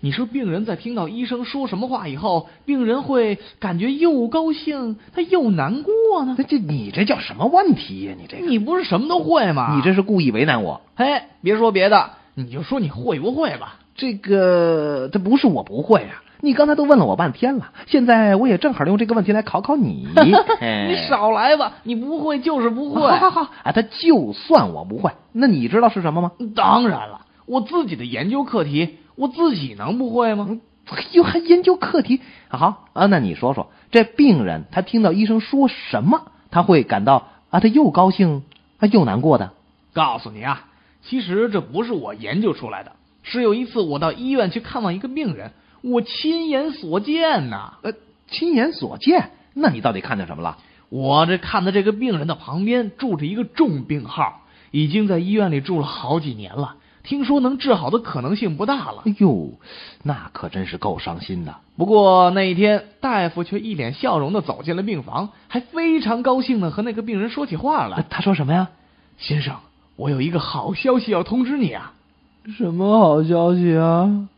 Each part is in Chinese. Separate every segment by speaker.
Speaker 1: 你说病人在听到医生说什么话以后，病人会感觉又高兴，他又难过呢
Speaker 2: 那？这你这叫什么问题呀、你这个，
Speaker 1: 你不是什么都会吗？
Speaker 2: 你这是故意为难我。
Speaker 1: 嘿，别说别的，你就说你会不会吧？。
Speaker 2: 这个这不是我不会啊，你刚才都问了我半天了，现在我也正好用这个问题来考考 你
Speaker 1: 你少来吧，你不会就是不会。
Speaker 2: 哎好好好啊！他就算我不会，那你知道是什么吗？
Speaker 1: 当然了，我自己的研究课题，我自己能不会
Speaker 2: 嗯
Speaker 1: 吗？
Speaker 2: 哟，还研究课题？啊好啊，那你说说，这病人他听到医生说什么，他会感到啊，他又高兴啊又难过的？
Speaker 1: 告诉你啊，其实这不是我研究出来的，是有一次我到医院去看望一个病人，我亲眼所见呐、
Speaker 2: 呃，亲眼所见，那你到底看见什么了？
Speaker 1: 我这看到这个病人的旁边住着一个重病号，已经在医院里住了好几年了，听说能治好的可能性不大了。
Speaker 2: 哎呦，那可真是够伤心的。
Speaker 1: 不过那一天，大夫却一脸笑容的走进了病房，还非常高兴的和那个病人说起话
Speaker 2: 呃
Speaker 1: 来。
Speaker 2: 他说什么呀？
Speaker 1: 先生，我有一个好消息要通知你啊！
Speaker 2: 什么好消息啊？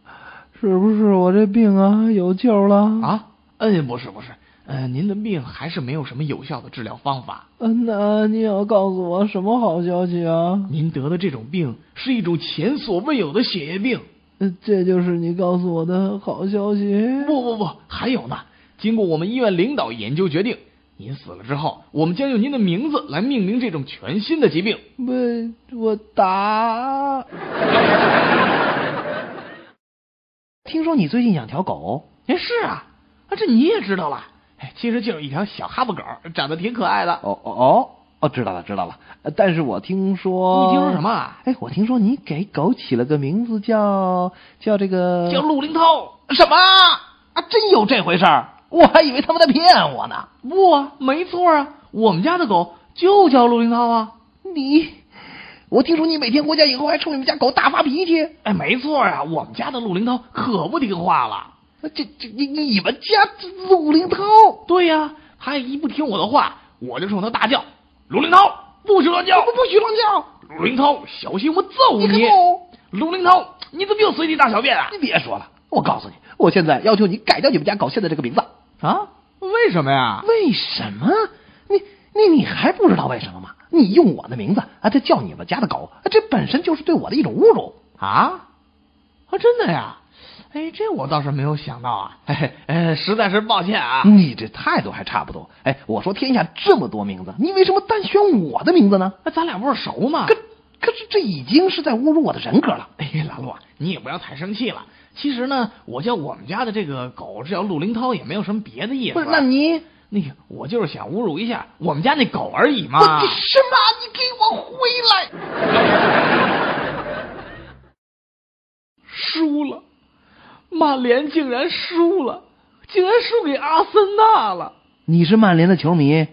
Speaker 2: 是不是我这病啊有救了？
Speaker 1: 啊，嗯，不是不是，呃，您的病还是没有什么有效的治疗方法。
Speaker 2: 嗯，那你要告诉我什么好消息啊？
Speaker 1: 您得的这种病是一种前所未有的血液病。
Speaker 2: 呃这就是你告诉我的好消息？
Speaker 1: 不不不，还有呢，经过我们医院领导研究决定，您死了之后，我们将用您的名字来命名这种全新的疾病。
Speaker 2: 不，我打。 听说你最近养条狗，
Speaker 1: 哎，是啊，啊，这你也知道了。哎，其实就是一条小哈巴狗，长得挺可爱的。
Speaker 2: 哦哦哦哦，知道了知道了。呃但是我听说，
Speaker 1: 你听说什么？啊？
Speaker 2: 哎，我听说你给狗起了个名字叫叫这个
Speaker 1: 叫陆林涛？什么？
Speaker 2: 啊，真有这回事儿？我还以为他们在骗我呢。
Speaker 1: 不啊，没错啊，我们家的狗就叫陆林涛啊。
Speaker 2: 你，我听说你每天回家以后还冲你们家狗大发脾气，
Speaker 1: 哎，没错啊，我们家的陆林涛可不听话了。
Speaker 2: 这这你你们家陆林涛，
Speaker 1: 对呀、他一不听我的话，我就冲他大叫：“陆林涛，不许乱叫！不不许乱叫！陆林涛，小心我揍
Speaker 2: 你
Speaker 1: 你！
Speaker 2: 个狗！
Speaker 1: 陆林涛，你怎么又随地大小便啊
Speaker 2: 你别说了，我告诉你，我现在要求你改掉你们家狗现在这个名字。？”
Speaker 1: 啊？为什么呀？
Speaker 2: 为什么？你你你还不知道为什么吗？你用我的名字啊，这叫你们家的狗，啊这本身就是对我的一种侮辱。
Speaker 1: 啊？啊，真的呀？哎，这我倒是没有想到 啊！哎，哎实在是抱歉啊！
Speaker 2: 你这态度还差不多。哎，我说天下这么多名字，你为什么单选我的名字呢？
Speaker 1: 哎咱俩不是熟吗
Speaker 2: 可？可是这已经是在侮辱我的人格了。
Speaker 1: 哎，老陆啊，你也不要太生气了。其实呢，我叫我们家的这个狗是叫陆林涛，也没有什么别的意思。啊
Speaker 2: 不是，那你
Speaker 1: 那个，我就是想侮辱一下我们家那狗而已
Speaker 2: 我
Speaker 1: 嘛
Speaker 2: 你。什么？你给我回来！
Speaker 1: 输了，曼联竟然输了，竟然输给阿森纳了！
Speaker 2: 你是曼联的球迷，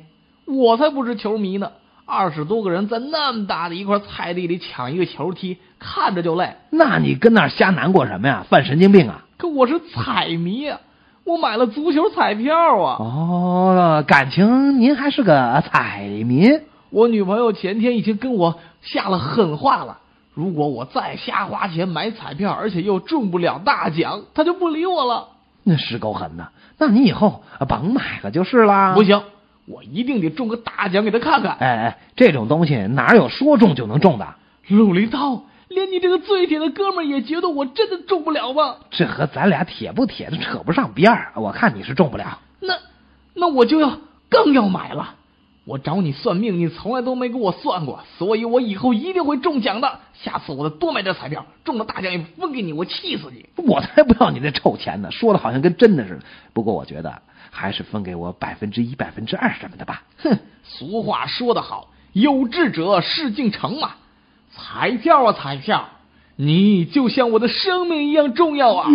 Speaker 1: 我才不是球迷呢，二十多个人在那么大的一块菜地里抢一个球踢，看着就累。
Speaker 2: 那你跟那儿瞎难过什么呀？犯神经病啊！
Speaker 1: 可我是彩迷啊，我买了足球彩票啊！
Speaker 2: 哦，感情您还是个彩民。
Speaker 1: 我女朋友前天已经跟我下了狠话了。如果我再瞎花钱买彩票，而且又中不了大奖，她就不理我了。
Speaker 2: 那是够狠的，那你以后啊甭买了就是啦。
Speaker 1: 不，行，我一定得中个大奖给他看看。
Speaker 2: 啊哎哎，这种东西哪有说中就能中的？
Speaker 1: 陆林涛，连你这个最铁的哥们儿也觉得我真的中不了吗？
Speaker 2: 这和咱俩铁不铁的扯不上边儿。我看你是中不了。
Speaker 1: 那那我就要更要买了。我找你算命，你从来都没给我算过，所以我以后一定会中奖的。下次我再多买点彩票，中了大奖也不分给你，我气死你！
Speaker 2: 我才不要你这臭钱呢，说的好像跟真的似的。不过我觉得还是分给我百分之一、百分之二什么的吧。
Speaker 1: 哼，俗话说得好，有志者事竟成嘛。彩票啊彩票，你就像我的生命一样重要啊！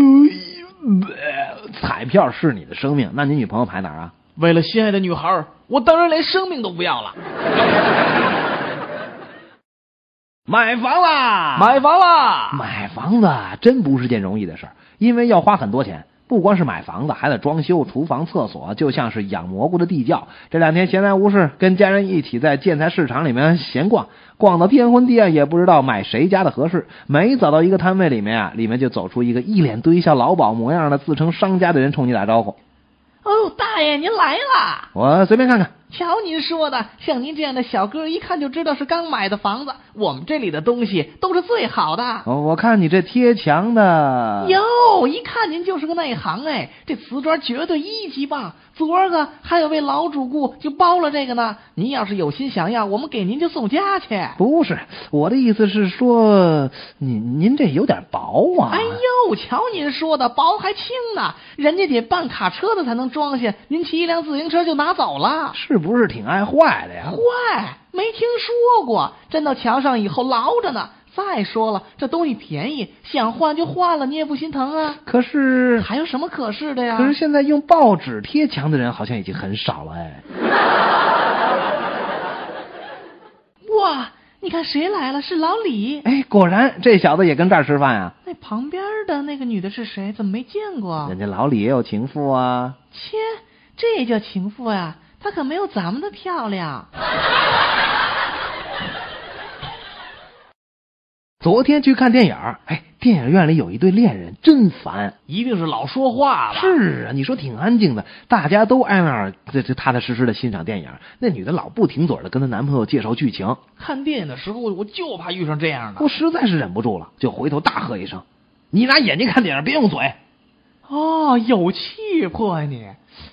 Speaker 2: 呃彩票是你的生命，那你女朋友排哪儿啊？
Speaker 1: 为了心爱的女孩儿，我当然连生命都不要了。
Speaker 2: 买房啦！
Speaker 1: 啊买房啦！
Speaker 2: 买房子真不是件容易的事儿，因为要花很多钱。不光是买房子，还得装修厨房、厕所，就像是养蘑菇的地窖。这两天闲来无事，跟家人一起在建材市场里面闲逛，逛到天昏地暗，也不知道买谁家的合适。每走到一个摊位里面啊，里面就走出一个一脸堆笑老鸨模样的自称商家的人，冲你打招呼。
Speaker 1: 哦，大爷您来啦！
Speaker 2: 我随便看看，
Speaker 1: 瞧您说的，像您这样的小哥一看就知道是刚买的房子。我们这里的东西都是最好的。
Speaker 2: 哦我看你这贴墙的，
Speaker 1: 哟，一看您就是个内行哎，这瓷砖绝对一级棒。昨儿个还有位老主顾就包了这个呢。您要是有心想要，我们给您就送家去。
Speaker 2: 不是我的意思是说，您您这有点薄啊。
Speaker 1: 哎呦，瞧您说的薄还轻呢，人家得半卡车的才能装下，您骑一辆自行车就拿走了。
Speaker 2: 是不是挺爱坏的
Speaker 1: 啊
Speaker 2: 呀？
Speaker 1: 坏，没听说过，真到桥上以后捞着呢。再说了，这东西便宜，想换就换了，你也不心疼啊？
Speaker 2: 可是，
Speaker 1: 还有什么可是的呀？
Speaker 2: 可是现在用报纸贴墙的人好像已经很少了哎。
Speaker 1: 哇，你看谁来了？是老李。
Speaker 2: 哎，果然这小子也跟这儿吃饭啊呀、
Speaker 1: 那旁边的那个女的是谁？怎么没见过
Speaker 2: 人？家老李也有情妇啊。
Speaker 1: 切，这也叫情妇呀、她可没有咱们的漂亮。
Speaker 2: 昨天去看电影儿，哎，电影院里有一对恋人，真烦。
Speaker 1: 一定是老说话了。
Speaker 2: 是啊，你说挺安静的，大家都挨那儿这这踏踏实实的欣赏电影儿。那女的老不停嘴的跟她男朋友介绍剧情，
Speaker 1: 看电影的时候，我就怕遇上这样的。
Speaker 2: 我实在是忍不住了，就回头大喝一声：“你拿眼睛看电影，别用嘴！”
Speaker 1: 哦，有气魄呀、啊你，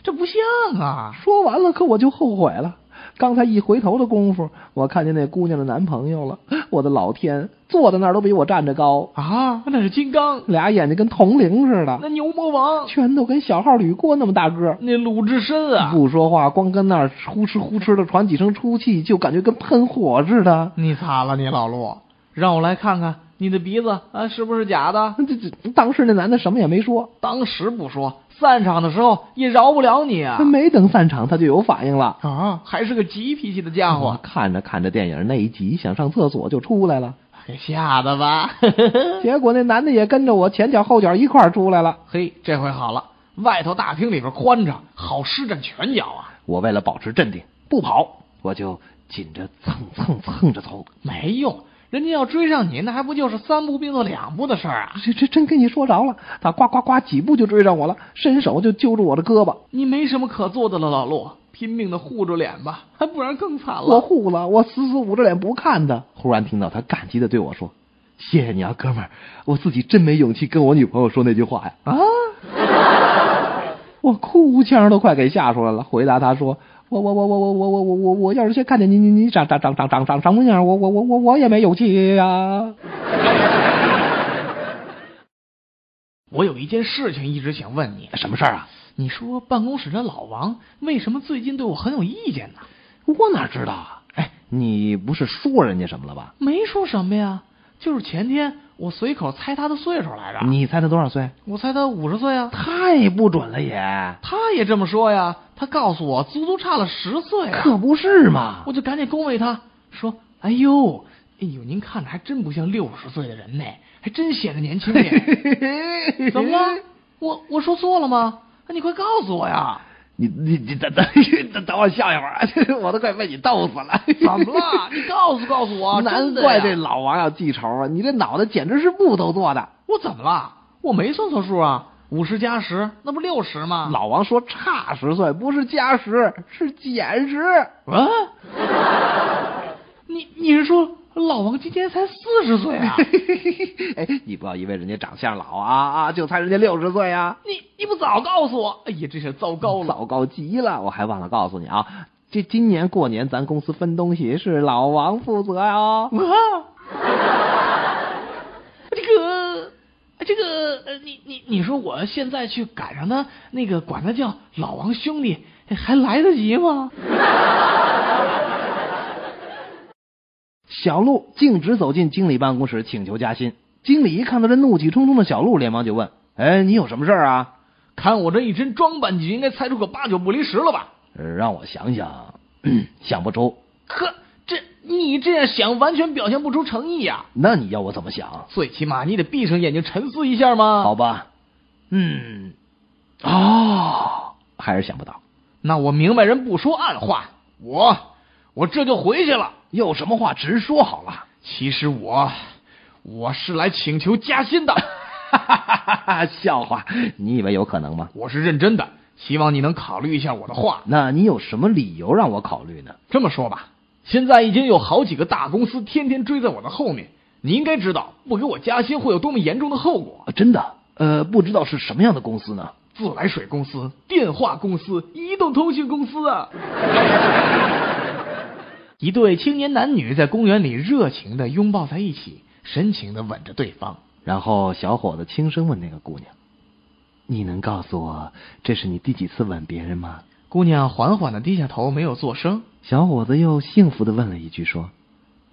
Speaker 1: 这不像啊！
Speaker 2: 说完了，可我就后悔了。刚才一回头的功夫，我看见那姑娘的男朋友了。我的老天，坐在那儿都比我站着高，
Speaker 1: 啊，那是金刚，
Speaker 2: 俩眼睛跟铜铃似的，
Speaker 1: 那牛魔王，
Speaker 2: 拳头跟小号铝锅那么大个儿。
Speaker 1: 啊那鲁智深啊！
Speaker 2: 不说话，光跟那儿呼哧呼哧的喘几声粗气，就感觉跟喷火似的。
Speaker 1: 你惨了，你老陆，让我来看看你的鼻子啊，是不是假的？
Speaker 2: 这这，当时那男的什么也没说，
Speaker 1: 当时不说，散场的时候也饶不了你啊！
Speaker 2: 没等散场他就有反应了。
Speaker 1: 啊，还是个急脾气的家伙，
Speaker 2: 看着看着电影那一集，想上厕所就出来了。
Speaker 1: 给哎吓的吧？
Speaker 2: 结果那男的也跟着我前脚后脚一块儿出来了。
Speaker 1: 嘿，这回好了，外头大厅里边宽敞，好施展拳脚啊！
Speaker 2: 我为了保持镇定，不跑，我就紧着蹭蹭蹭着走。
Speaker 1: 没用，人家要追上你，那还不就是三步并作两步的事儿啊？
Speaker 2: 这这真跟你说着了，他呱呱呱几步就追上我了，伸手就揪住我的胳膊，
Speaker 1: 你没什么可做的了，老陆，拼命的护着脸吧，还不然更惨
Speaker 2: 我
Speaker 1: 了。
Speaker 2: 护了，我死死捂着脸不看他。忽然听到他感激的对我说：“谢谢你啊，哥们儿，我自己真没勇气跟我女朋友说那句话呀。” 啊！我哭腔都快给吓出来了，回答他说。我我我我我我我我我我要是先看见你你你长长长长长长长模样，我我我我我也没勇气呀、
Speaker 1: 我有一件事情一直想问你，
Speaker 2: 什么事儿啊？
Speaker 1: 你说办公室的老王为什么最近对我很有意见呢？
Speaker 2: 我哪知道啊？哎，你不是说人家什么了吧？
Speaker 1: 没说什么呀，就是前天我随口猜他的岁数来着，
Speaker 2: 你猜他多少岁？
Speaker 1: 我猜他五十岁啊，
Speaker 2: 太不准了也，
Speaker 1: 他也这么说呀，他告诉我足足差了十岁、啊。
Speaker 2: 可不是嘛！
Speaker 1: 我就赶紧恭维他，说：“哎呦，哎呦，您看着还真不像六十岁的人呢，还真显得年轻 点。怎么了？我我说错了吗？哎你快告诉我呀，
Speaker 2: 你你你等等等等我笑一会儿， 我都快被你逗死了。
Speaker 1: 怎么 了？你告诉告诉我，
Speaker 2: 难
Speaker 1: 真的
Speaker 2: 怪
Speaker 1: 呀
Speaker 2: 这老王要记仇啊！你这脑袋简直是木头做的。
Speaker 1: 我怎么了？我没算错数啊，五十加十，那不六十吗？
Speaker 2: 老王说差十岁，不是加十，是减十。
Speaker 1: 啊，你你是说老王今年才四十岁啊？
Speaker 2: 哎，你不要因为人家长相老啊啊，就猜人家六十岁啊。
Speaker 1: 你你不早告诉我？哎呀，这下糟糕了。
Speaker 2: 糟糕极了！我还忘了告诉你啊，这今年过年咱公司分东西是老王负责哦。
Speaker 1: 啊，这个，这个，呃，你你你说我现在去赶上他，那个管他叫老王兄弟，还来得及吗？
Speaker 2: 小陆径直走进经理办公室请求加薪。经理一看到这怒气冲冲的小陆，连忙就问：“哎，你有什么事儿啊？
Speaker 1: 看我这一身装扮，你就应该猜出个八九不离十了吧？
Speaker 2: 呃让我想想， 想不出。
Speaker 1: 呵，这你这样想完全表现不出诚意啊呀、
Speaker 2: 那你要我怎么想？
Speaker 1: 最起码你得闭上眼睛沉思一下嘛。
Speaker 2: 好吧，嗯，
Speaker 1: 哦，
Speaker 2: 还是想不到。
Speaker 1: 那我明白人不说暗话，我我这就回去了。
Speaker 2: 有什么话直说好了。
Speaker 1: 其实我我是来请求加薪的，
Speaker 2: 哈哈哈哈！笑话，你以为有可能吗？
Speaker 1: 我是认真的，希望你能考虑一下我的话。
Speaker 2: 那你有什么理由让我考虑呢？
Speaker 1: 这么说吧，现在已经有好几个大公司天天追在我的后面，你应该知道不给我加薪会有多么严重的后果。
Speaker 2: 啊真的，呃，不知道是什么样的公司呢？
Speaker 1: 自来水公司、电话公司、移动通讯公司啊。 一对青年男女在公园里热情的拥抱在一起，深情的吻着对方。
Speaker 2: 然后小伙子轻声问那个姑娘：“你能告诉我这是你第几次吻别人吗
Speaker 1: 姑娘缓缓的低下头，没有作声。？”
Speaker 2: 小伙子又幸福的问了一句说：“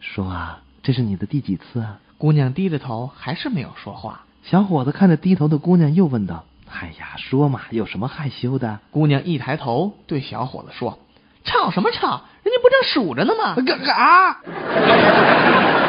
Speaker 2: 说啊，这是你的第几次啊
Speaker 1: 姑娘低着头，还是没有说话。？”
Speaker 2: 小伙子看着低头的姑娘，又问道：“哎呀，说嘛，有什么害羞的？
Speaker 1: 姑娘一抬头，对小伙子说：“吵什么吵？人家不正数着呢吗
Speaker 2: 干啊！”